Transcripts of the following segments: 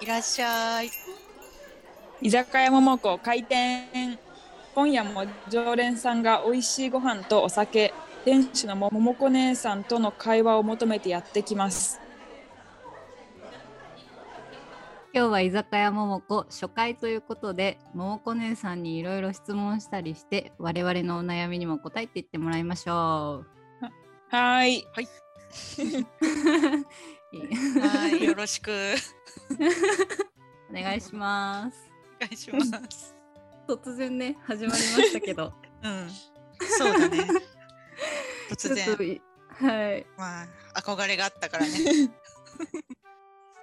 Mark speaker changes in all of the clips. Speaker 1: いらっしゃ い。
Speaker 2: 居酒屋桃子開店今夜も常連さんが美味しいご飯とお酒店主の桃子姉さんとの会話を求めてやってきます
Speaker 3: 今日は居酒屋桃子初回ということで桃子姉さんにいろいろ質問したりして我々のお悩みにも答えていってもらいましょ う。
Speaker 2: はい
Speaker 1: はい。
Speaker 3: いい
Speaker 1: はい、よろしく
Speaker 3: お願いします。
Speaker 1: お願いします。
Speaker 3: 突然ね始まりましたけど
Speaker 1: うん。そうだ ね。 突
Speaker 3: ちょっ
Speaker 1: 然
Speaker 3: と、いはい
Speaker 1: まあ憧れがあった からね。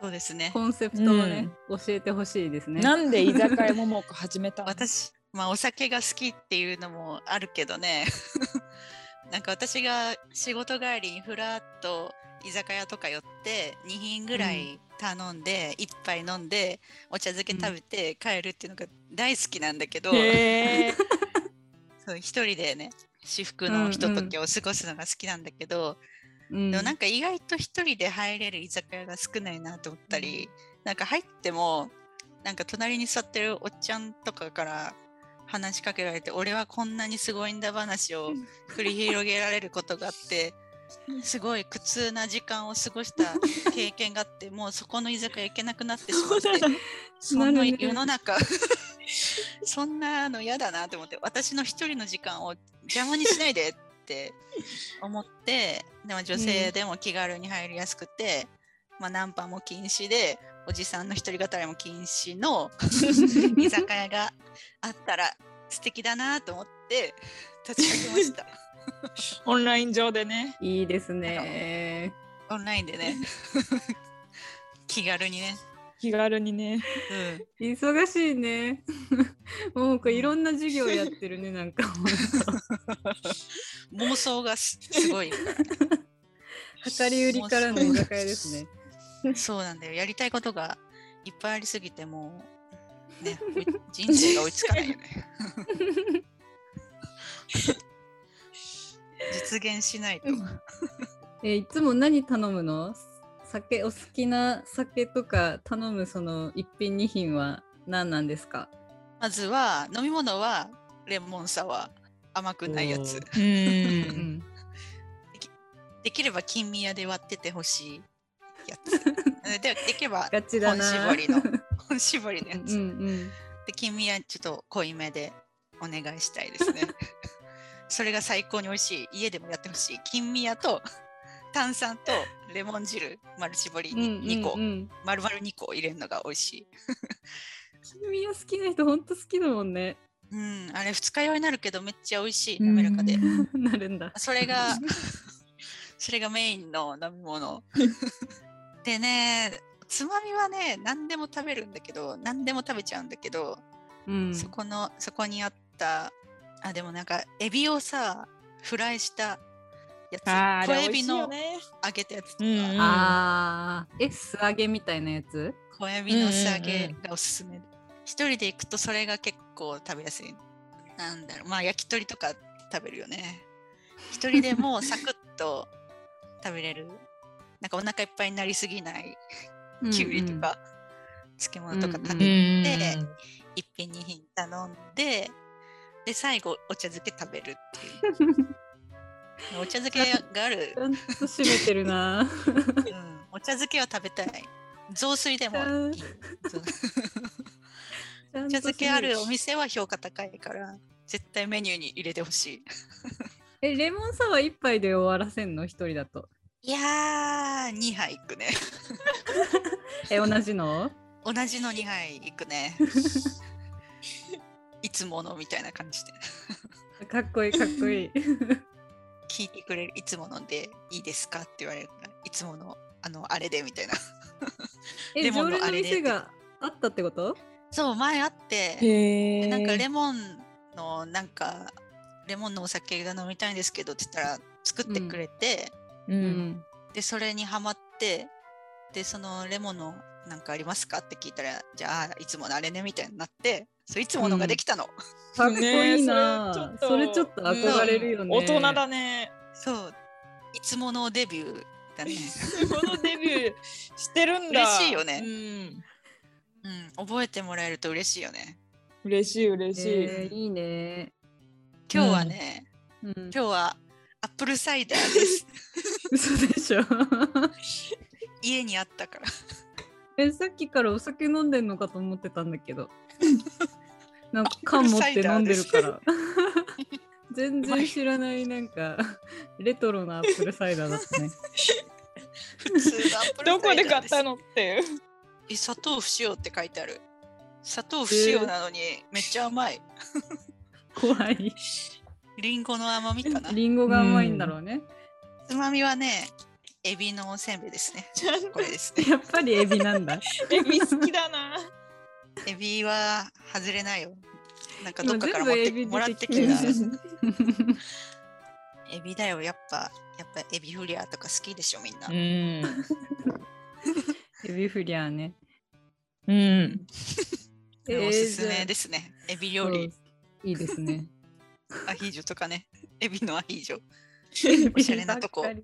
Speaker 1: そうですね。
Speaker 3: コンセプトをね、教えてほしいですね。
Speaker 2: なんで居酒屋桃子始めたの
Speaker 1: 私、まあお酒が好きっていうのもあるけどね。 なんか私が仕事帰りにふらっと居酒屋とか寄って2品ぐらい頼んで、一1杯飲んでお茶漬け食べて帰るっていうのが大好きなんだけど、
Speaker 2: へー
Speaker 1: そう一人でね至福のひとときを過ごすのが好きなんだけど、
Speaker 3: うん
Speaker 1: でもなんか意外と一人で入れる居酒屋が少ないなと思ったり、なんか入ってもなんか隣に座ってるおっちゃんとかから話しかけられて俺はこんなにすごいんだ話を繰り広げられることがあってすごい苦痛な時間を過ごした経験があってもうそこの居酒屋行けなくなってしまってそんな世の中 そんなの嫌だなと思って私の一人の時間を邪魔にしないでって思ってでも女性でも気軽に入りやすくて、まあ、ナンパも禁止でおじさんの一人語りも禁止の居酒屋があったら素敵だなと思って立ち上げました
Speaker 2: オンライン上でね
Speaker 3: いいですね。
Speaker 1: オンラインでね 気軽にね、
Speaker 2: 気軽にね
Speaker 3: 忙しいね。 もうこれいろんな授業やってるね、なんかもう。
Speaker 1: 妄想がすすごい
Speaker 3: 量り売りからの居酒屋ですね。
Speaker 1: そうなんだよ。やりたいことがいっぱいありすぎて、もう、 ね、追い人生が追いつかないよね。実現しないと。
Speaker 3: えーいつも何頼むの酒、お好きな酒とか頼むその一品二品は何なんですか
Speaker 1: まずは、飲み物はレモンサワー。甘くないや
Speaker 3: お
Speaker 1: つ。
Speaker 2: う
Speaker 3: うんん。
Speaker 1: できれば金宮で割っててほしいや つ。でできれば
Speaker 3: ガチだな。
Speaker 1: 本絞りの本絞りのや
Speaker 3: うん
Speaker 1: つ。
Speaker 3: うん
Speaker 1: で金宮ちょっと濃いめでお願いしたいですね。 それが最高に美味しい。家でもやってほしい。金宮と炭酸とレモン汁丸絞り
Speaker 3: うん。うん
Speaker 1: に2個、
Speaker 3: うんうん。
Speaker 1: 丸々2個入れるのが美味しい。
Speaker 3: 君宮好きな人ほんと好きだもんね。
Speaker 1: うん、あれ二日酔いになるけどめっちゃ美味しい。滑らかで。
Speaker 3: なるんだ。
Speaker 1: それが それがメインの飲み物。 でね、つまみはね、何でも食べるんだけど、何でも食べちゃうんだけど、
Speaker 3: うん。
Speaker 1: そこのそこにあったあでもなんかエビをさフライしたやつ
Speaker 2: あーあ
Speaker 1: 小
Speaker 2: れ
Speaker 1: エ
Speaker 2: 美味
Speaker 1: ビ
Speaker 2: しいよ
Speaker 1: の
Speaker 2: ね
Speaker 1: 揚げたやつとか、
Speaker 2: うんうん
Speaker 3: あーえ素揚げみたいなやつ
Speaker 1: 小エビの素揚
Speaker 2: うん
Speaker 1: げ
Speaker 2: う
Speaker 1: がおすすめ、一人で行くとそれが結構食べやすいなんだろうまあ焼き鳥とか食べるよね一人でもうサクッと食べれるなんかお腹いっぱいになりすぎないきゅうりと。か、漬物とか食べ
Speaker 3: うん
Speaker 1: で一品二品頼んでで最後お茶漬け食べるっていう お茶漬けがある
Speaker 3: ち、ゃんと締めてる な。
Speaker 1: うん、お茶漬けは食べたい雑炊でもいい
Speaker 3: ちゃん
Speaker 1: お
Speaker 3: と
Speaker 1: 茶漬けあるお店は評価高いから絶対メニューに入れてほし
Speaker 3: え、レモンサワー一杯で終わらせんの一人だと。
Speaker 1: いいやー2杯いくね
Speaker 3: え、同じの
Speaker 1: 同じの2杯いく ねいつものみたいな感じで
Speaker 3: かっこいいかっこいい。
Speaker 1: 聞いてくれるいつものでいいですかって言われるからいつものあのあれでみたいな
Speaker 3: え、
Speaker 1: レモ
Speaker 3: 常
Speaker 1: ンの
Speaker 3: 連
Speaker 1: あ
Speaker 3: の
Speaker 1: れで
Speaker 3: 店があったってこと
Speaker 1: そう前あって
Speaker 2: へ
Speaker 1: で
Speaker 2: え
Speaker 1: なんかレモンのなんかレモンのお酒が飲みたいんですけどって言ったら作ってくれて、
Speaker 2: う。
Speaker 3: うん
Speaker 1: でそれにハマってでそのレモンのなんかありますかって聞いたらじゃあいつものあれねみたいになってそういつものができたの、
Speaker 3: かっこいいな、
Speaker 2: ね
Speaker 3: それちょっと憧れるよね。
Speaker 2: 大人だ ね
Speaker 1: そういつもの デビューだね
Speaker 2: このデビューしてるんだ
Speaker 1: 嬉しいよね
Speaker 2: うん
Speaker 1: うん、覚えてもらえると嬉しいよね。
Speaker 2: 嬉しい嬉しい、
Speaker 3: えーいいね。
Speaker 1: 今日はね、
Speaker 3: うん、
Speaker 1: 今日はアップルサイダー です。
Speaker 3: 嘘でしょ
Speaker 1: 家にあったから。
Speaker 3: えさっきからお酒飲んでんのかと思ってたんだけどなんか缶持って飲んでるから全然知らないなんかレトロなアップルサイダーだったね
Speaker 1: 普通のアップルサイダー
Speaker 2: どこで買っ
Speaker 1: す
Speaker 2: たのっていう
Speaker 1: え砂糖不使用って書いてある砂糖不使用なのにめっちゃ甘い
Speaker 3: 怖い
Speaker 1: リンゴの甘みかな
Speaker 3: リンゴが甘いんだろうね、
Speaker 1: つまみはねエビのおせんべいですねこれです ね
Speaker 3: やっぱりエビなんだ
Speaker 2: エビ好きだな
Speaker 1: エビは外れないよなんかど
Speaker 3: 今
Speaker 1: っかから持っ
Speaker 3: 全部エ
Speaker 1: て
Speaker 3: ビ
Speaker 1: もらっ
Speaker 3: 出
Speaker 1: て
Speaker 3: て
Speaker 1: き
Speaker 3: き
Speaker 1: た
Speaker 3: てる
Speaker 1: エビだよやっぱやっぱエビフリアとか好きでしょみんな、
Speaker 2: うん
Speaker 3: エビフリアね
Speaker 2: うん
Speaker 1: おすすめですすねエビ料理
Speaker 3: いいです ね
Speaker 1: アヒージョとかねエビのアヒージョ
Speaker 3: お
Speaker 1: しゃれなとこエ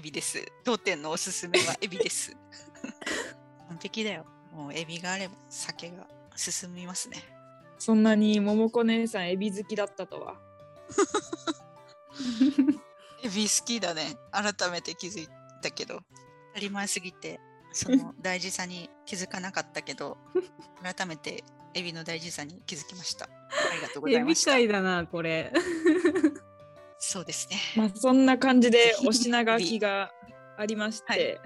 Speaker 1: ビです当店のおすすめはエビです 完璧だよもうエビがあれば酒が進みますね
Speaker 2: そんなに桃子姉さんエビ好きだったとは
Speaker 1: エビ好きだね改めて気づいたけど当たり前すぎ てその大事さに気づかなかったけ ど改めてエビの大事さに気づきましたありがとうござ
Speaker 3: エ
Speaker 1: いま
Speaker 3: ビ
Speaker 1: した
Speaker 3: 界だなこれ
Speaker 1: そうですね
Speaker 2: まあそんな感じでお品書きがありまして、
Speaker 1: はい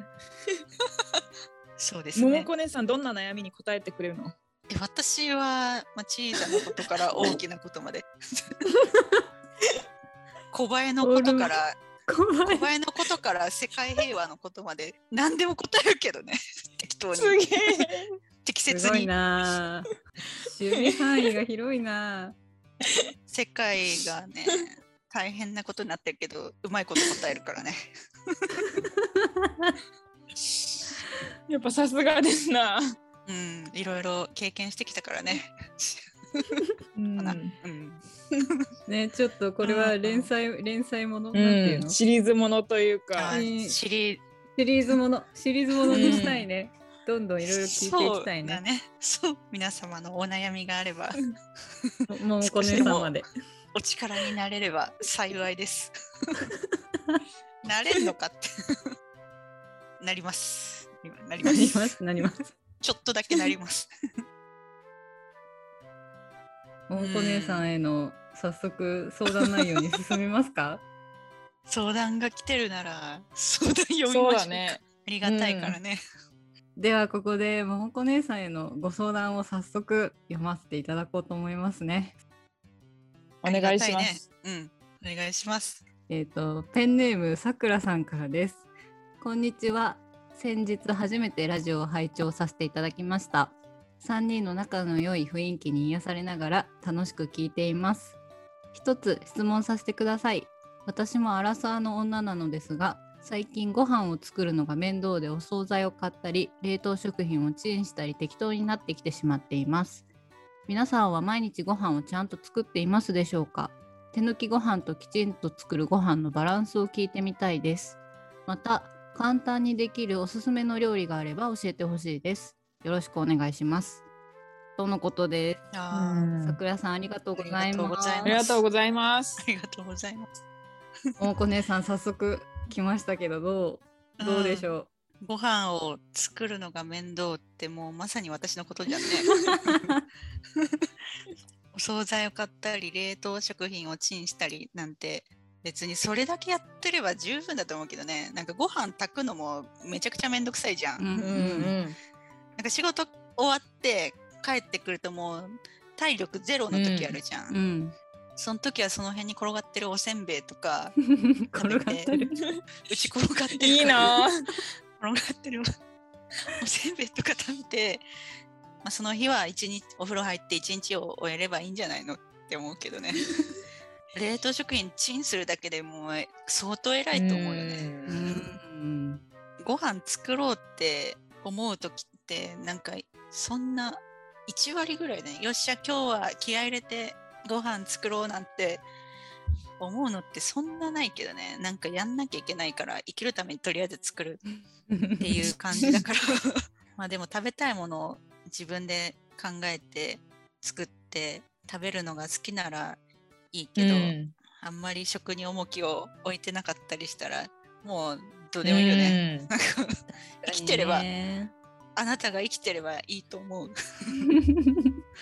Speaker 1: そうです
Speaker 2: 桃
Speaker 1: ね
Speaker 2: 子姉さんどんな悩みに答えてくれるの
Speaker 1: え私は、まあ、小さなことから大きなことまで 小映えのことから
Speaker 3: 怖
Speaker 1: 小林のことから世界平和のことまで何でも答えるけど ね適当に
Speaker 2: え
Speaker 1: 適
Speaker 3: す
Speaker 1: 切
Speaker 3: ごい
Speaker 1: に
Speaker 3: なあ。守備範囲が広いなあ。
Speaker 1: 世界がね大変なことになってるけどうまいこと答えるからね
Speaker 2: やっぱさすがですな、
Speaker 1: うんいろいろ経験してきたからね、
Speaker 2: う
Speaker 1: う
Speaker 2: ん
Speaker 1: ん、
Speaker 3: ね、ちょっとこれは連載、連載もの、
Speaker 2: う、
Speaker 3: なんていうんの。シ
Speaker 2: シリーズものというか
Speaker 1: あ
Speaker 3: えー
Speaker 1: 知り
Speaker 3: リーズもの、シリーズものにしたいね。どんどんいろいろ聞いていきたい
Speaker 1: そうだ
Speaker 3: ね。
Speaker 1: ねそう皆様のお悩みがあれば
Speaker 3: もうこのさんまで。
Speaker 1: お力になれれば幸いです なれんのかってなりますなり
Speaker 3: な
Speaker 1: ま
Speaker 3: り
Speaker 1: す
Speaker 3: ます、なります。
Speaker 1: ちょっとだけなります
Speaker 3: ももこ姉さんへの早速相談内容に進みますか。
Speaker 1: 相談が来てるなら相談読みましょ
Speaker 2: そうう
Speaker 1: か
Speaker 2: だね
Speaker 1: ありがたいからね、
Speaker 3: ではここでももこ姉さんへのご相談を早速読ませていただこうと思いますね。
Speaker 2: お願いします、
Speaker 1: ありがたいねうんお願いします
Speaker 3: えっ、とペンネームさくらさんからです。こんにちは。先日初めてラジオを拝聴させていただきました。3人の仲の良い雰囲気に癒されながら楽しく聞いています。一つ質問させてください。私もアラサーの女なのですが、最近ご飯を作るのが面倒でお惣菜を買ったり、冷凍食品をチンしたり適当になってきてしまっています。皆さんは毎日ご飯をちゃんと作っていますでしょうか手抜きご飯ときちんと作るご飯のバランスを聞いてみたいです。また、簡単にできるおすすめの料理があれば教えてほしいです。よろしくお願いします。とのことです。
Speaker 1: あー
Speaker 3: さくらさんありがとうござ
Speaker 1: あ
Speaker 3: い
Speaker 1: りがとうご
Speaker 3: ます
Speaker 1: ざい。
Speaker 2: あ
Speaker 1: ま
Speaker 2: りがとうございます
Speaker 1: ありがとうございます
Speaker 3: ももこ姉さん早速来ましたけどどうどうでし
Speaker 1: ょ
Speaker 3: ょ
Speaker 1: うんご飯を作るのが面倒ってもうまさに私のことじゃんねお惣菜を買ったり冷凍食品をチンしたりなんて別にそれだけやってれば十分だと思うけどねなんかご飯炊くのもめちゃくちゃ面倒くさいじゃ
Speaker 3: う。うん
Speaker 1: ん
Speaker 3: う
Speaker 2: うんん
Speaker 1: なんか仕事終わって帰ってくるともう体力ゼロの時あるじゃん、
Speaker 3: うん。
Speaker 1: その時はその辺に転がってるおせんべいとか
Speaker 3: 転がってる。
Speaker 1: うち転がってる
Speaker 2: いいな
Speaker 1: 転がってるおせんべいとか食べて、まあ、その日は一日お風呂入って一日を終えればいいんじゃないのって思うけど ね冷凍食品チンするだけでもう相当偉いと思うよね
Speaker 3: うん。
Speaker 1: ご飯作ろうって思う時ってなんかそんな1割ぐらいねよっしゃ今日は気合い入れてご飯作ろうなんて思うのってそんなないけどねなん かやんなきゃいけないから生きるためにとりあえず作るっていう感じだから まあでも食べたいものを自分で考えて作って食べるのが好きならいいけど、
Speaker 4: うん
Speaker 1: あんまり食に重きを置いてなかったりしたらもうどうでもいいよね。
Speaker 4: うん
Speaker 1: なんか生きてれば、
Speaker 3: ね
Speaker 1: あなたが生きてればいいと思う。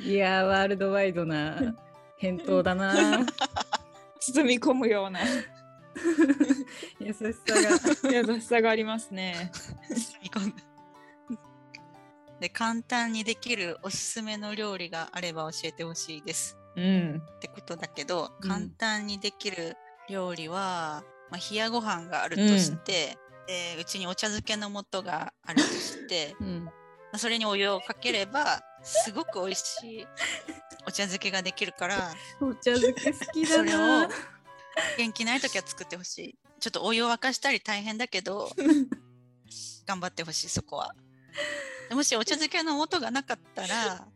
Speaker 3: いやーワールドワイドな返答 だな
Speaker 2: 包み込むような
Speaker 3: 優しさが
Speaker 2: 優しさがありますね。
Speaker 1: こんなで簡単にできるおすすめの料理があれば教えてほしいです
Speaker 4: うん
Speaker 1: ってことだけど
Speaker 3: うん
Speaker 1: 簡単にできる料理は、まあ、冷やご飯があるとして、でうちにお茶漬けの素があるとして
Speaker 3: うん
Speaker 1: まあそれにお湯をかければすごく美味しいお茶漬けができるから
Speaker 3: お茶漬け好き
Speaker 1: そ
Speaker 3: だ
Speaker 1: れ
Speaker 3: な
Speaker 1: を元気ない時は作ってほしいちょっとお湯を沸かしたり大変だけど頑張ってほしいそこはでもしお茶漬けの素がなかったらなんか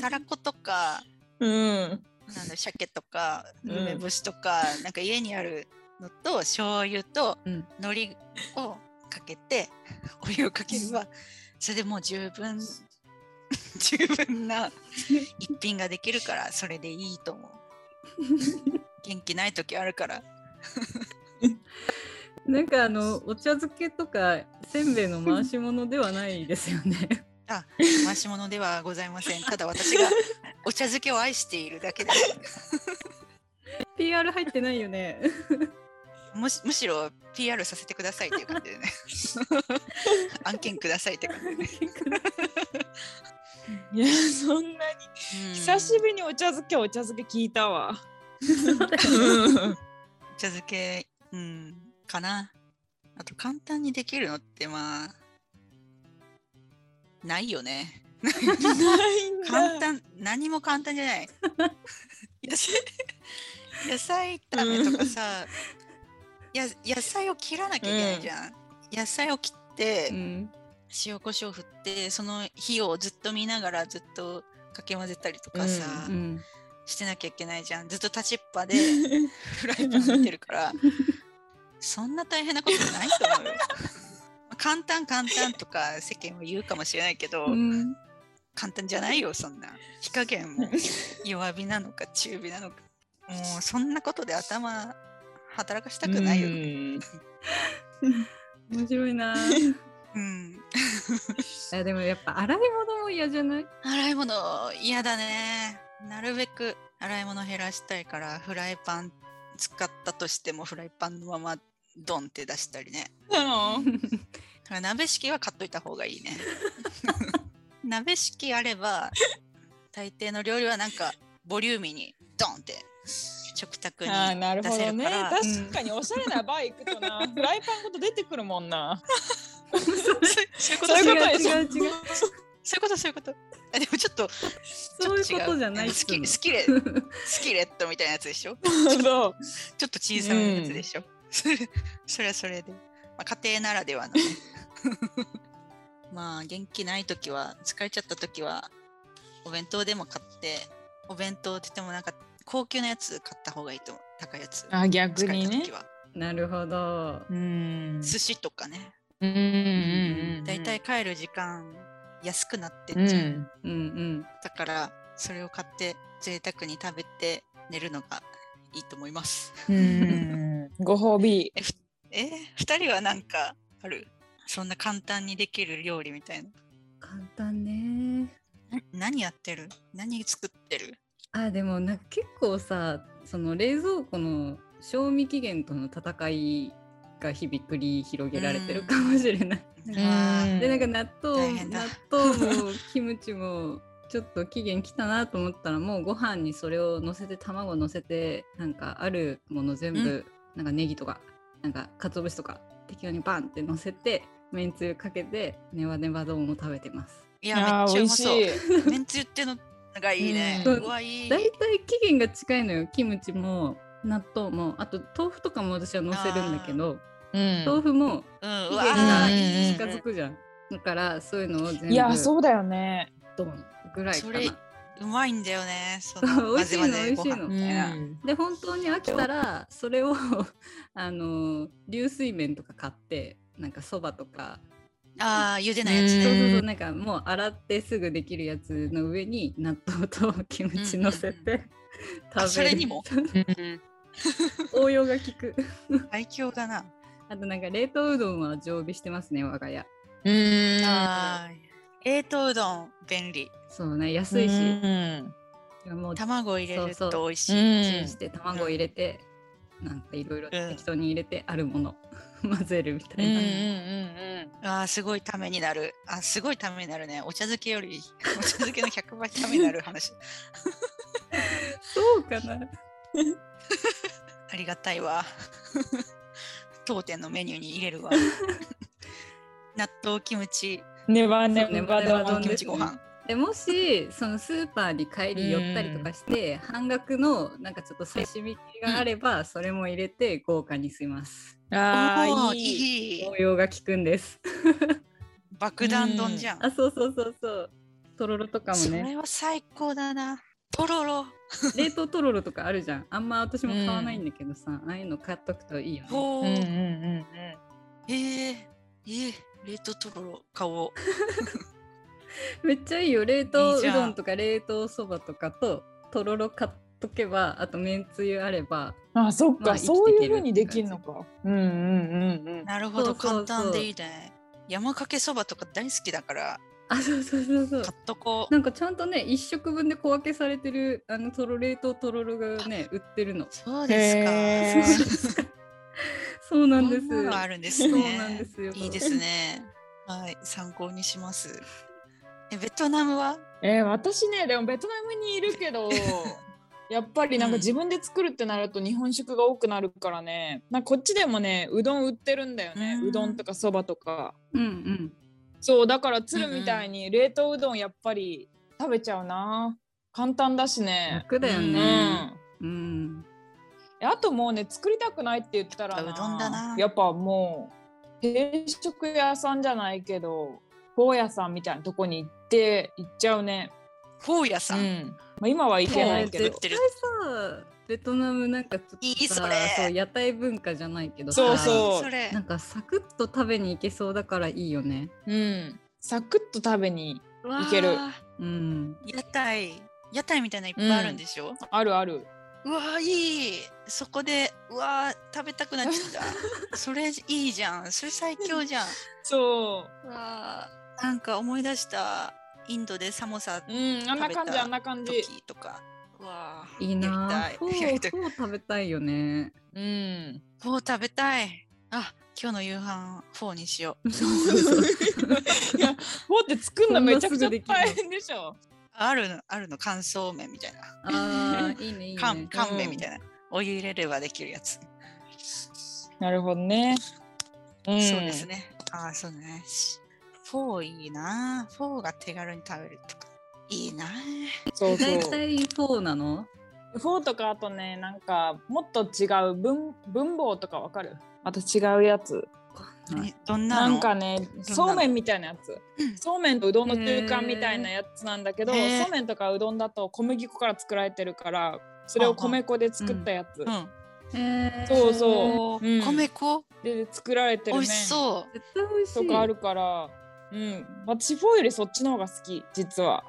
Speaker 1: たらことか
Speaker 2: うん。
Speaker 1: なんだ鮭とか
Speaker 4: うん
Speaker 1: 梅干しとか、なんか家にあるのと醤油と
Speaker 3: うん
Speaker 1: 海苔をかけて お湯をかければそれでもう十分 十分 な一品ができるからそれでいいと思う元気ない時あるから
Speaker 3: なんかあのお茶漬けとかせんべいの回し物ではないですよね
Speaker 1: あ回し物ではございませんただ私がお茶漬けを愛しているだけで
Speaker 3: PR 入ってないよね
Speaker 1: むしむしろ PR させてくださいっていう感じで ね 案件くださいって感じでね、
Speaker 2: いやそんなに
Speaker 1: うん
Speaker 2: 久しぶりにお茶漬けお茶漬け聞いたわ。
Speaker 1: お茶漬け、うん、かな。あと簡単にできるのってまあ、ないよね。
Speaker 2: ないんだ
Speaker 1: 簡単、何も簡単じゃ ない。野菜野菜炒めとかさ、や野菜を切らなきゃいけないじゃん。野菜を切って、
Speaker 3: うん
Speaker 1: 塩コショウ振って、その火をずっと見ながらずっとかき混ぜたりとかさ、
Speaker 3: うん
Speaker 1: してなきゃいけないじゃん。ずっと立ちっぱで。フライパン見てるからそんな大変なことないと思うよ。簡単簡単とか世間は言うかもしれないけど、
Speaker 3: うん
Speaker 1: 簡単じゃないよそんな火加減も弱火なのか中火なのかもうそんなことで頭働かしたくないよ、
Speaker 4: うん
Speaker 3: 面白 いな
Speaker 1: うん、
Speaker 3: いやでもやっぱ洗い物も嫌じゃない
Speaker 1: 洗い物嫌だねなるべく洗い物減らしたいからフライパン使ったとしてもフライパンのままドンって出したりね
Speaker 2: なの
Speaker 1: だから鍋敷きは買っといた方がいいね。鍋敷きあれば大抵の料理はなんかボリューミーにドンって食卓に
Speaker 2: あーなる
Speaker 1: 出
Speaker 2: ほ
Speaker 1: せ
Speaker 2: ど
Speaker 1: る
Speaker 2: ね
Speaker 1: から、
Speaker 2: 確かにおしゃれなバイクとなフライパンごと出てくるもんな
Speaker 1: そういうこと
Speaker 2: そういうこと
Speaker 3: 違
Speaker 2: でしょ
Speaker 3: う違う違う
Speaker 1: そういうことそういうことあでもちょっと
Speaker 3: そういうことじゃないっ
Speaker 1: ス
Speaker 3: つう
Speaker 1: キ
Speaker 3: の
Speaker 1: スキレスキレットみたいなやつでしょ
Speaker 2: そう
Speaker 1: ちょっと小さなやつでしょ、それ それはそれで、まあ、家庭ならで はのねまあ元気ない時は疲れちゃった時はお弁当でも買ってお弁当って言ってもなんか高級なやつ買った方がいいと思う高いやつ
Speaker 2: あ逆
Speaker 1: 疲れ
Speaker 2: に
Speaker 1: た
Speaker 2: ね
Speaker 1: 時は、
Speaker 3: なるほど
Speaker 4: うん
Speaker 1: 寿司とかね
Speaker 4: うんうんうん
Speaker 1: だいたい帰る時間安くなって
Speaker 4: う
Speaker 1: っちゃう、
Speaker 4: ん
Speaker 3: うんうん
Speaker 1: だからそれを買って贅沢に食べて寝るのがいいと思います
Speaker 4: うん
Speaker 2: ご褒美
Speaker 1: えー、2人はなんかあるそんな簡単にできる料理みたいな
Speaker 3: 簡単ね
Speaker 1: な何やってる何作ってる
Speaker 3: あでもなんか結構さその冷蔵庫の賞味期限との戦いが日々繰り広げられてるかもしれない。
Speaker 1: うん
Speaker 4: あー
Speaker 3: でなんか納豆
Speaker 1: 大変だ
Speaker 3: 納豆もキムチもちょっと期限来たなと思ったらもうご飯にそれを乗せて卵乗せてなんかあるもの全部なんかネギとかなんか鰹節とか適当にバンって乗せてめんつゆかけてネバネバ丼を食べてます。
Speaker 1: い
Speaker 2: あ
Speaker 1: やめっ
Speaker 2: ー
Speaker 1: ちゃ
Speaker 2: 美
Speaker 1: うま
Speaker 2: 味し
Speaker 1: そう
Speaker 2: い
Speaker 1: めんつゆってのがいいね
Speaker 4: うん
Speaker 1: うわいい
Speaker 3: 大体期限が近いのよキムチも納豆もあと豆腐とかも私は乗せるんだけど
Speaker 4: うん
Speaker 3: 豆腐
Speaker 1: う
Speaker 3: も
Speaker 1: んう
Speaker 3: 期限
Speaker 1: わ
Speaker 3: が
Speaker 1: ーいい
Speaker 3: 近づくじゃんだからそういうのを全部
Speaker 2: いやそうだよね
Speaker 3: ドンぐらいか
Speaker 1: そ
Speaker 3: な
Speaker 1: れうまいんだよねそ
Speaker 3: そ
Speaker 1: の
Speaker 3: う
Speaker 1: 混ぜ混ぜ
Speaker 3: 美味
Speaker 1: ご
Speaker 3: しいの
Speaker 4: う
Speaker 1: 飯みたいな、
Speaker 4: ん
Speaker 3: で本当に飽きたらそ れをあの流水麺とか買ってなんかそばとか
Speaker 1: ああ、茹でないやつ
Speaker 3: そう
Speaker 1: ね。
Speaker 3: そうそうなんかもう洗ってすぐできるやつの上に納豆とキムチ乗せ
Speaker 1: うんうん
Speaker 3: て食べ
Speaker 1: あ
Speaker 3: る
Speaker 1: それにも
Speaker 3: 応用が効く
Speaker 1: 最強だな。
Speaker 3: あとなんか冷凍うどんは常備してますね我が家
Speaker 4: うん
Speaker 1: あー冷凍うどん便利。
Speaker 3: そうね安いし
Speaker 4: う
Speaker 3: い
Speaker 4: ん
Speaker 3: やもうチ
Speaker 1: 卵入れる
Speaker 3: そうそ
Speaker 1: と美味し
Speaker 4: う
Speaker 1: い。
Speaker 3: ン
Speaker 4: ん
Speaker 3: して卵入れて、なんかいろいろ
Speaker 1: うん
Speaker 3: 適当に入れてあるもの 混ぜるみ
Speaker 4: う
Speaker 3: た
Speaker 4: んう
Speaker 3: いな、
Speaker 4: ん
Speaker 1: ああ、すごいためになる。あすごいためになるね。お茶漬けより、お茶漬けの100倍ためになる話。
Speaker 3: そうかな
Speaker 1: ありがたい わ。当店のメニューに入れるわ。納豆キムチ、
Speaker 2: うんネバネ
Speaker 3: そうネ
Speaker 2: バ
Speaker 3: バネバ
Speaker 2: 丼
Speaker 3: 丼
Speaker 1: キム
Speaker 3: で
Speaker 1: チ
Speaker 3: す
Speaker 1: ご飯。
Speaker 3: でもしそのスーパーに帰り寄ったりとかして、半額のなんかちょっと刺身があれば、それも入れて豪華にします、
Speaker 4: うんあ
Speaker 1: お
Speaker 4: あ
Speaker 1: ー
Speaker 4: いい
Speaker 1: いい
Speaker 3: 応用が効くんです
Speaker 1: 爆弾丼じゃん。
Speaker 3: あそうそうそうそうとろろとかも
Speaker 1: そ
Speaker 3: ね
Speaker 1: れは最高だな。とろろ。
Speaker 3: 冷凍とろろとかあるじゃんあんま私も買わないんだけどさ、ああいうの買っとくといいよね
Speaker 1: ほ
Speaker 4: う
Speaker 1: うん
Speaker 4: うんうん
Speaker 1: えー、えー、冷凍とろろ買おう。
Speaker 3: めっちゃいいよ冷凍
Speaker 1: いいうじゃん
Speaker 3: どんとか冷凍そばとかととろろ買っとけばあとめんつゆあれば
Speaker 2: あそっ
Speaker 3: ま
Speaker 2: か
Speaker 3: あ
Speaker 2: そういうふう
Speaker 3: 生きてい
Speaker 2: にでき
Speaker 3: けるって感じ
Speaker 2: るのか
Speaker 4: うんうんうんうん
Speaker 1: なるほど、
Speaker 3: そうそ
Speaker 1: 簡
Speaker 3: うそう
Speaker 1: 単でいいね。山かけそばとか大好きだから、
Speaker 3: あそうそうそうそう
Speaker 1: 買っとこう。
Speaker 3: なんかちゃんとね一食分で小分けされてるあのとろ冷凍とろろがね売ってるの
Speaker 1: そうで
Speaker 4: へ
Speaker 1: す
Speaker 4: ー
Speaker 1: か。
Speaker 3: そうな
Speaker 1: そ
Speaker 3: んで
Speaker 1: ん
Speaker 3: す
Speaker 1: なのあるんですね。
Speaker 3: そうなんですよ
Speaker 1: いいですね。はい、参考にします。え、ベトナムは
Speaker 2: えー私ねでもベトナムにいるけどやっぱりなんか
Speaker 1: うん
Speaker 2: 自分で作るってなると日本食が多くなるからねなんかこっちでもねうどん売ってるんだよね
Speaker 1: うん
Speaker 2: うどんとかそばとか
Speaker 3: うんうん
Speaker 2: そうだから鶴みたいに冷凍うどんやっぱり食べちゃうな簡単だしね
Speaker 3: 楽だよ
Speaker 2: うん
Speaker 3: ねうん
Speaker 2: えあともうね作りたくないって言ったらな
Speaker 1: やっぱうどんだな
Speaker 2: やっぱもう定食屋さんじゃないけど高野さんみたいなとこに行って行っちゃうね、
Speaker 1: フォーヤ
Speaker 4: う
Speaker 1: さん。
Speaker 4: ん
Speaker 2: まあ、今は行
Speaker 1: フ
Speaker 2: け
Speaker 1: ォ
Speaker 2: な
Speaker 1: ー
Speaker 2: い
Speaker 1: ヤ
Speaker 2: け
Speaker 1: 作
Speaker 2: ど
Speaker 1: ってる。
Speaker 3: さベトナムなんかちょっとさ
Speaker 1: いいそれ
Speaker 3: う屋台文化じゃないけどさ
Speaker 2: そうそう
Speaker 1: それ
Speaker 3: な。んかサクッと食べに行けそうだからいいよね
Speaker 2: うん、サクッと食べにいける
Speaker 1: わあ
Speaker 3: うん
Speaker 1: 屋台。屋台みたいなのいっぱいあるんでしょ、
Speaker 2: あるある
Speaker 1: うわーいいそこでうわー食べたくなっちゃった それいいじゃんそれ最強じゃん
Speaker 2: そ
Speaker 1: わーなんか思い出したインドで寒さ
Speaker 2: ううんあんな感
Speaker 1: 食べ
Speaker 2: じ
Speaker 1: た
Speaker 2: あんな感じ
Speaker 1: 時とかうわー
Speaker 3: いいな
Speaker 1: やり
Speaker 3: フォ
Speaker 1: たいやりた
Speaker 3: ー
Speaker 1: い
Speaker 3: フォー食べたいよ ね
Speaker 4: うん
Speaker 1: フォー食べたいあ今日の夕飯フォーにしよう
Speaker 3: そうそうそう
Speaker 2: い やフォーって作るのめちゃくちゃ大変でしょ
Speaker 1: あるのあるの乾燥麺みたいな
Speaker 3: あーいいねいいね
Speaker 1: 乾乾
Speaker 4: う
Speaker 1: 麺
Speaker 4: ん
Speaker 1: みたいなお湯入れればできるやつ、
Speaker 2: なるほどね、うん、
Speaker 1: そうですねああそうねしフォーいいなフォーが手軽に食べるとかいいな
Speaker 2: そうそう
Speaker 3: 大体フォーなの
Speaker 2: フォーとかあとねなんかもっと違う文文房とかわかるまた違うやつ
Speaker 3: はい
Speaker 1: えどんな
Speaker 2: な
Speaker 1: の
Speaker 2: んかね
Speaker 1: の
Speaker 2: そうめんみたいなやつそうめんとうどんの中間みたいなやつなんだけど、
Speaker 1: へー
Speaker 2: そうめんとかうどんだと小麦粉から作られてるからそれを米粉で作ったやつ、
Speaker 1: うん
Speaker 3: えー
Speaker 2: そうそう
Speaker 1: おー
Speaker 2: うん
Speaker 1: 米粉
Speaker 2: で作られて
Speaker 1: 美
Speaker 2: る
Speaker 1: 味
Speaker 2: 麺
Speaker 1: しそ
Speaker 3: 絶対美味しい
Speaker 2: とかあるから、うん、私フォーよりそっちの方が好き実は。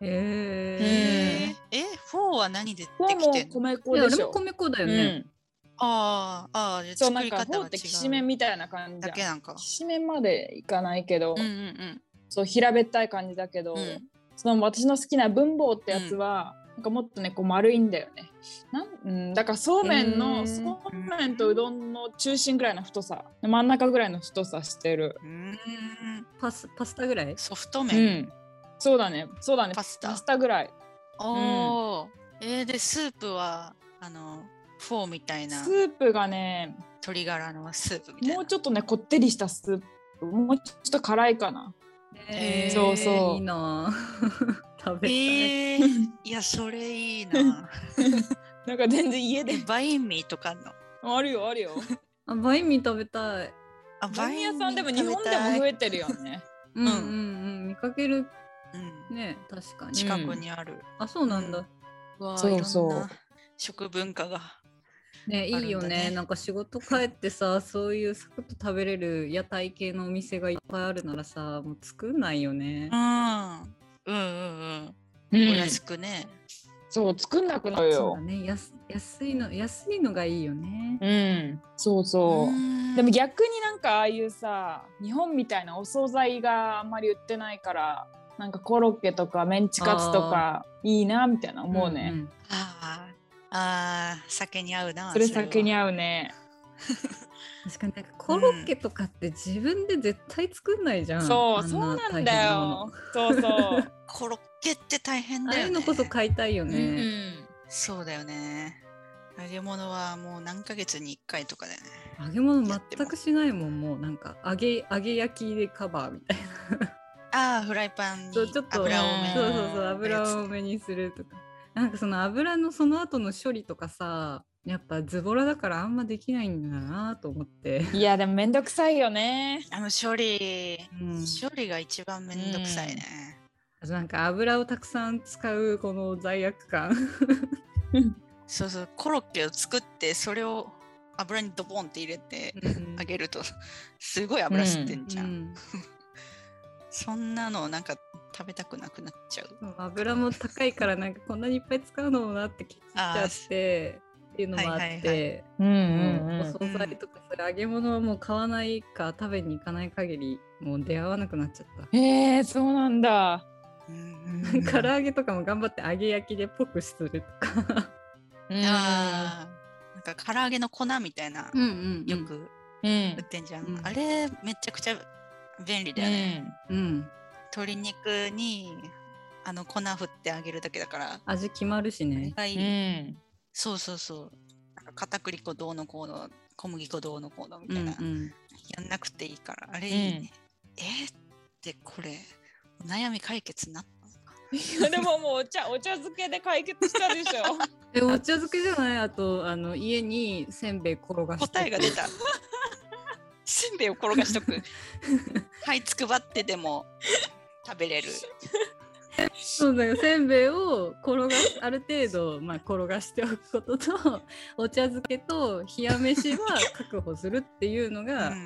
Speaker 1: う、
Speaker 3: え
Speaker 2: うん
Speaker 1: えーえフォーは何でで
Speaker 2: フォー
Speaker 1: きてんの
Speaker 2: も米
Speaker 3: い
Speaker 2: 粉
Speaker 3: や
Speaker 2: で
Speaker 3: 俺
Speaker 2: し
Speaker 3: も
Speaker 2: ょ。
Speaker 3: 米粉だ
Speaker 2: う
Speaker 3: よね。
Speaker 2: ん、
Speaker 1: ああああ
Speaker 2: そう
Speaker 1: 作
Speaker 2: なん
Speaker 1: り
Speaker 2: かフ
Speaker 1: 方
Speaker 2: ォー
Speaker 1: は
Speaker 2: ってきしめ
Speaker 1: 違
Speaker 2: ん
Speaker 1: う
Speaker 2: みたいな感じ
Speaker 1: だ
Speaker 2: じ
Speaker 1: け
Speaker 2: ゃん。
Speaker 1: なんか
Speaker 2: きしめんまでいかないけど、
Speaker 1: うんうん
Speaker 2: そう平べったい感じだけど、
Speaker 1: うんうん
Speaker 2: その私の好きな文房ってやつは、なんかもっとねこう丸いんだよねなん、うん、だからそうめんの、
Speaker 4: へー
Speaker 2: そうめんとうどんの中心ぐらいの太さ真ん中ぐらいの太さしてる
Speaker 1: うーん
Speaker 3: パスパスタぐらい。
Speaker 1: ソフト
Speaker 2: う
Speaker 1: 麺、
Speaker 2: んそうだねそうだね
Speaker 1: パスタ
Speaker 2: パスタぐらい
Speaker 1: おーえーでスープはあのフォーみたいな
Speaker 2: スープがね
Speaker 1: 鶏ガラのスープみたいな
Speaker 2: もうちょっとねこってりしたスープもうちょっと辛いかな
Speaker 1: へー
Speaker 2: そうそう
Speaker 3: いいな ぁ。食べたい。
Speaker 1: えー、いやそれいい な
Speaker 2: なんか全然家で
Speaker 1: えバインミーとかあんの
Speaker 2: あるよあ るよ
Speaker 3: あバインミー食べたい。
Speaker 1: あ
Speaker 2: バン屋さんでも
Speaker 1: バイ
Speaker 2: 日
Speaker 1: ンミー食
Speaker 2: 本で
Speaker 1: べ
Speaker 2: も
Speaker 1: たい
Speaker 2: 増えてるよね
Speaker 3: うんうんうん見かける
Speaker 1: うん
Speaker 3: ね確かに。
Speaker 1: 近くにある、
Speaker 3: あそうなんだ。
Speaker 1: うわあ
Speaker 2: そう
Speaker 1: いろん
Speaker 2: そう
Speaker 1: な食文化が
Speaker 3: ね、い
Speaker 1: あるんだね
Speaker 3: いよねなんか仕事帰っ てさそういうサクッと食べれる屋台系のお店がいっぱいあるならさもう作んないよね
Speaker 1: う。んう
Speaker 4: う
Speaker 1: んうんうん。お
Speaker 4: ん
Speaker 1: 安くね。
Speaker 4: そう作んなくなる
Speaker 3: そう
Speaker 4: よ
Speaker 3: だ。ね安安いの安いのがいいよね。
Speaker 4: うん。
Speaker 2: そうそうう。
Speaker 1: ん
Speaker 2: でも逆になんかああいうさ日本みたいなお惣菜があんまり売ってないからなんかコロッケとかメンチカツとかいいなみたいな思うね、
Speaker 3: んん
Speaker 1: ああああ酒に合うな。
Speaker 2: それ酒に
Speaker 1: 合う。
Speaker 2: 合うね
Speaker 3: 確かになんかコロッケとかって自分で絶対作んないじゃん。
Speaker 2: そ
Speaker 3: あ
Speaker 2: う
Speaker 3: な
Speaker 2: そうなんだ
Speaker 3: 大変なも
Speaker 2: よ
Speaker 3: の。
Speaker 2: そうそう
Speaker 1: コロッケって大変だ
Speaker 3: ああ
Speaker 1: よね。
Speaker 3: いうのこそ買いたいよ
Speaker 4: う
Speaker 3: ね。
Speaker 4: ん。
Speaker 1: そうだよね。揚げ物はもう何ヶ月に1回とかだよね。
Speaker 3: 揚げ物全くしないもんもうなんか揚げ揚げ焼きでカバーみたいな。
Speaker 1: ああ、フライパンに
Speaker 3: そうちょっと
Speaker 1: 油多め。
Speaker 3: そうそうそう
Speaker 1: うん
Speaker 3: 油
Speaker 1: やつ
Speaker 3: 多めにするとか。なんかその油のその後の処理とかさやっぱズボラだからあんまできないんだなと思って。
Speaker 2: いやでもめんどくさいよね
Speaker 1: あの処理、
Speaker 3: うん
Speaker 1: 処理が一番めんどくさいね。
Speaker 3: あと なんか油をたくさん使うこの罪悪感
Speaker 1: そうそう、コロッケを作って、それを油にドボンって入れて
Speaker 3: うん
Speaker 1: 揚げると、すごい油吸ってんじゃん。
Speaker 3: うん
Speaker 1: そんなのなんか食べたくなくなっちゃう。
Speaker 3: 油も高いからなんかこんなにいっぱい使うのもなって気づいちゃってっていうのもあって、
Speaker 1: はいはい
Speaker 4: うん
Speaker 3: もうお
Speaker 4: うん
Speaker 3: 惣菜とかそれ揚げ物はもう買わないか食べに行かない限りもう出会わなくなっちゃっ
Speaker 2: えー、そうなんだ
Speaker 1: うん
Speaker 3: た唐揚げとかも頑張って揚げ焼きでぽくするとか
Speaker 4: うん。
Speaker 1: あーなんか唐揚げの粉みたいな、
Speaker 3: んうん
Speaker 1: よく
Speaker 4: うん
Speaker 1: 売ってんじゃん。
Speaker 3: うん
Speaker 1: あれ、めちゃくちゃ便利だよね。
Speaker 3: うん
Speaker 1: 鶏肉にあの粉振ってあげるだけだから、
Speaker 3: 味決まるしね
Speaker 1: は
Speaker 4: う
Speaker 1: い
Speaker 4: ん。うん。
Speaker 1: そうそうそうなんか片栗粉どうのこうの小麦粉どうのこうのみ
Speaker 3: うん
Speaker 1: た
Speaker 3: う
Speaker 1: いな、
Speaker 3: ん
Speaker 1: やんなくていいからあれいいね、えーってこれお悩み解決になったのか
Speaker 2: いやでももうお茶お茶漬けで解決したでしょ
Speaker 3: えお茶漬けじゃないあとあの家にせんべい転 がして
Speaker 1: 答えが出たせんべいを転がしとくはいつくばってでも食べれる
Speaker 3: そうだよせんべいを転がすある程度、まあ、転がしておくこと とお茶漬けと冷や飯は確保するっていうの
Speaker 1: うん
Speaker 3: が、
Speaker 1: あ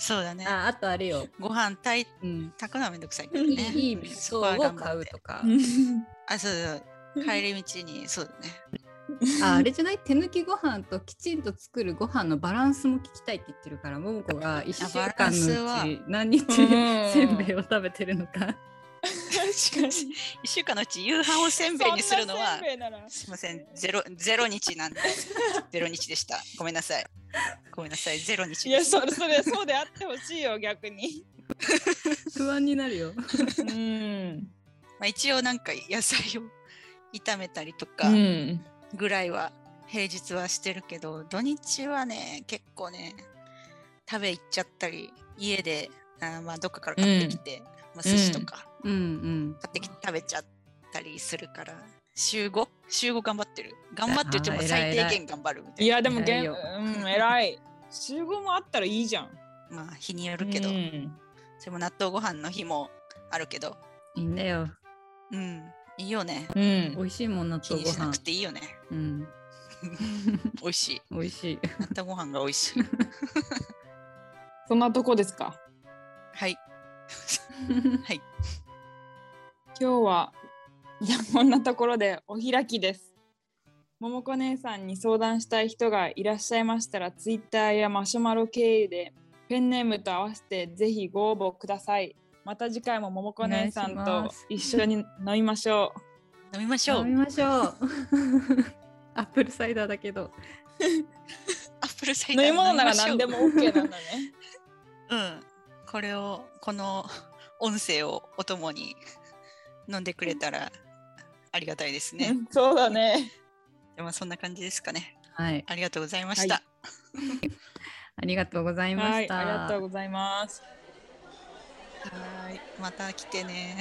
Speaker 1: そうだね
Speaker 3: ああとあれよ、
Speaker 1: ご飯炊い
Speaker 3: うん、
Speaker 1: 炊くのはめんどくさいけ
Speaker 3: い
Speaker 1: どね
Speaker 3: いいい
Speaker 1: そこ
Speaker 3: そう
Speaker 1: は
Speaker 3: を
Speaker 1: 頑張って
Speaker 3: 買うとか
Speaker 1: あそう そう帰り道にそうだね
Speaker 3: ああれじゃない手抜きご飯ときちんと作るご飯のバランスも聞きたいって言ってるから桃子が1週
Speaker 1: バラ
Speaker 3: 間
Speaker 1: ンス
Speaker 3: の
Speaker 1: は
Speaker 3: うち何日
Speaker 2: うん
Speaker 3: せんべいを食べてるの か
Speaker 2: 確かに
Speaker 1: 1週間のうち夕飯をせんべいにするのは
Speaker 2: そんなせんべいなら
Speaker 1: すみません、ゼロゼロ日なんで、 ゼロ日でした。ごめんなさい。ごめんなさい、ゼロ日
Speaker 2: い
Speaker 1: で
Speaker 2: や
Speaker 1: した。
Speaker 2: それそれそうであってほしいよ逆に
Speaker 3: 不安になるよ。
Speaker 4: うん。
Speaker 1: まあ、一応なんか野菜を炒めたりとか
Speaker 4: うん。
Speaker 1: ぐらいは平日はしてるけど、土日はね、結構ね、食べ行っちゃったり、家であーまあどっかから買ってきて、まあ、寿司とか
Speaker 3: うんうん、
Speaker 1: 買ってきて食べちゃったりするから、週 5? 週5頑張ってる。頑張ってるって言っても
Speaker 3: あー偉
Speaker 1: 最
Speaker 3: い偉い
Speaker 1: 低限頑張るみたい
Speaker 2: い
Speaker 1: な。
Speaker 2: やでも
Speaker 3: 偉
Speaker 2: げ
Speaker 3: い
Speaker 2: ん
Speaker 3: よ
Speaker 2: うん偉い集合もあったらいいじゃん
Speaker 1: まあ日によるけど、
Speaker 4: うん
Speaker 1: それも納豆ご飯の日もあるけど、
Speaker 3: いいんだよ
Speaker 1: うん、いいよね。
Speaker 4: うん
Speaker 3: 美味しいもん納
Speaker 1: 気
Speaker 3: 豆
Speaker 1: に
Speaker 3: ご
Speaker 1: しな
Speaker 3: 飯
Speaker 1: くていい よね。
Speaker 3: うん
Speaker 1: 美味しい。
Speaker 3: 美味しい
Speaker 1: 納豆ご飯が美味 しい。
Speaker 2: そんなとこですか
Speaker 1: はい。はい。
Speaker 2: 今日はいやこんなところでお開きですももこ姉さんに相談したい人がいらっしゃいましたらツイッターやマシュマロ経由でペンネームと合わせてぜひご応募くださいまた次回もももこ姉さん
Speaker 3: お願いし
Speaker 2: と
Speaker 3: ます
Speaker 2: 一緒に飲みましょう
Speaker 1: 飲みましょう。ア
Speaker 3: 飲みましょう。 アップルサイダーだけど。
Speaker 1: ップルサイ
Speaker 2: 飲
Speaker 1: ダー
Speaker 2: み物なら
Speaker 1: 飲
Speaker 2: 何
Speaker 1: みましょ
Speaker 2: で
Speaker 1: う
Speaker 2: も OK なんだね
Speaker 1: うん。これを、この 音声をお供に 飲んでくれたらありがたいですね。
Speaker 2: うん そうだね
Speaker 1: でもそんな感じですかね。
Speaker 3: はい。
Speaker 1: ありがとうございました。
Speaker 2: は
Speaker 3: ありがとうございま
Speaker 2: は
Speaker 3: し
Speaker 2: い
Speaker 3: た。
Speaker 2: ありがとうございます
Speaker 1: はーい。また来てね。